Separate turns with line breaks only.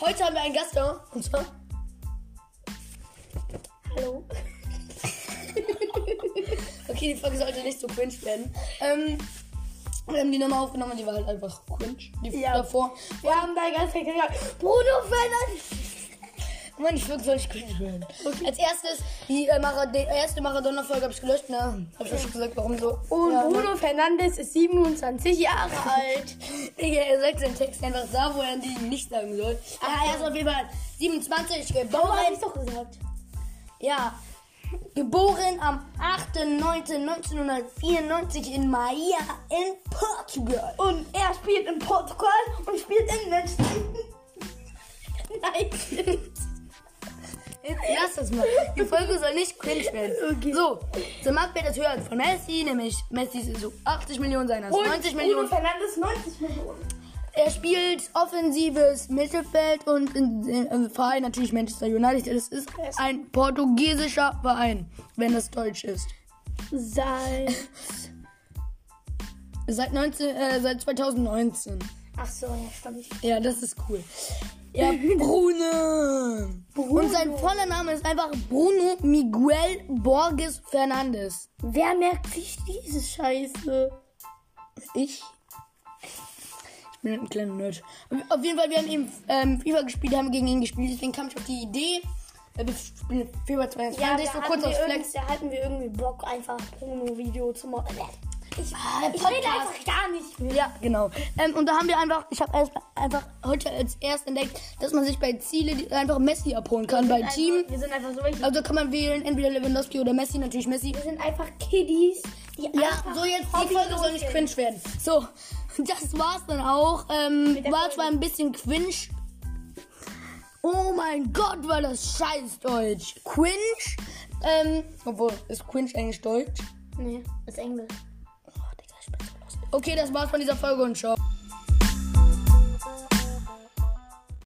Heute haben wir einen Gast da. Und zwar.
Hallo.
Okay, die Folge sollte nicht so cringe werden. Ähm, wir haben die nochmal aufgenommen, die war halt einfach cringe. Die
Ja.
davor.
Wir haben da ganz viel gesagt. Bruno Fernandes.
Mann, ich würde solch cringe werden. Als erstes, die, äh, Mara die erste Maradona-Folge habe ich gelöscht, ne? Hab ich ja schon gesagt, warum so.
Und
Ja, ne?
Bruno Fernandes ist 27 Jahre alt.
Digga, er sagt seinen Text einfach da, wo er die nicht sagen soll. Aber er ist auf jeden Fall 27
Hab
geboren.
ich doch gesagt.
Ja. Geboren am 8.9.1994 in Maia in Portugal.
Und er spielt in Portugal und spielt in Manchester. Nein.
Jetzt lass das mal. Die Folge soll nicht cringe werden.
Okay.
So, The Marktwert ist höher als von Messi, nämlich Messi ist so 80 Millionen seiner, also 90 Millionen.
Bruno Fernandes 90 Millionen.
Er spielt offensives Mittelfeld und in im Verein natürlich Manchester United. Es ist ein portugiesischer Verein, wenn das deutsch ist.
Sein.
Seit, 19, äh, seit 2019.
Ach so, ja, stimmt.
Ja, das ist cool. Ja, Bruno.
Bruno.
Und sein voller Name ist einfach Bruno Miguel Borges Fernandes.
Wer merkt sich diese Scheiße?
Ich? Ich bin ein kleiner Nerd. Auf jeden Fall, wir haben eben ähm, FIFA gespielt, haben gegen ihn gespielt, deswegen kam ich auf die Idee. äh, Wir spielen FIFA 22,
da
so
hatten
kurz
wir
aus Flex.
irgend- Da hatten wir irgendwie Bock, einfach Bruno-Video zu machen. Ich,
Ah,
ich
Podcast.
rede einfach gar nicht mehr.
Ja, genau. Ähm, und da haben wir einfach, ich habe erst einfach heute als erst entdeckt, dass man sich bei Ziele die- einfach Messi abholen kann. Bei
Einfach-
Team,
Wir sind einfach so welche.
also kann man wählen, entweder Lewandowski oder Messi, natürlich Messi.
Wir sind einfach Kiddies, die
Ja,
einfach
so jetzt die
hobbylos
Folge soll nicht
sind.
cringe werden. So, das war's dann auch. Ähm,
Mit der
war
Folge.
zwar ein bisschen cringe. Oh mein Gott, war das scheiß Deutsch. Cringe. Ähm, obwohl, ist cringe eigentlich Deutsch? Oh,
Nee, ist Englisch.
Okay, das war's von dieser Folge und ciao.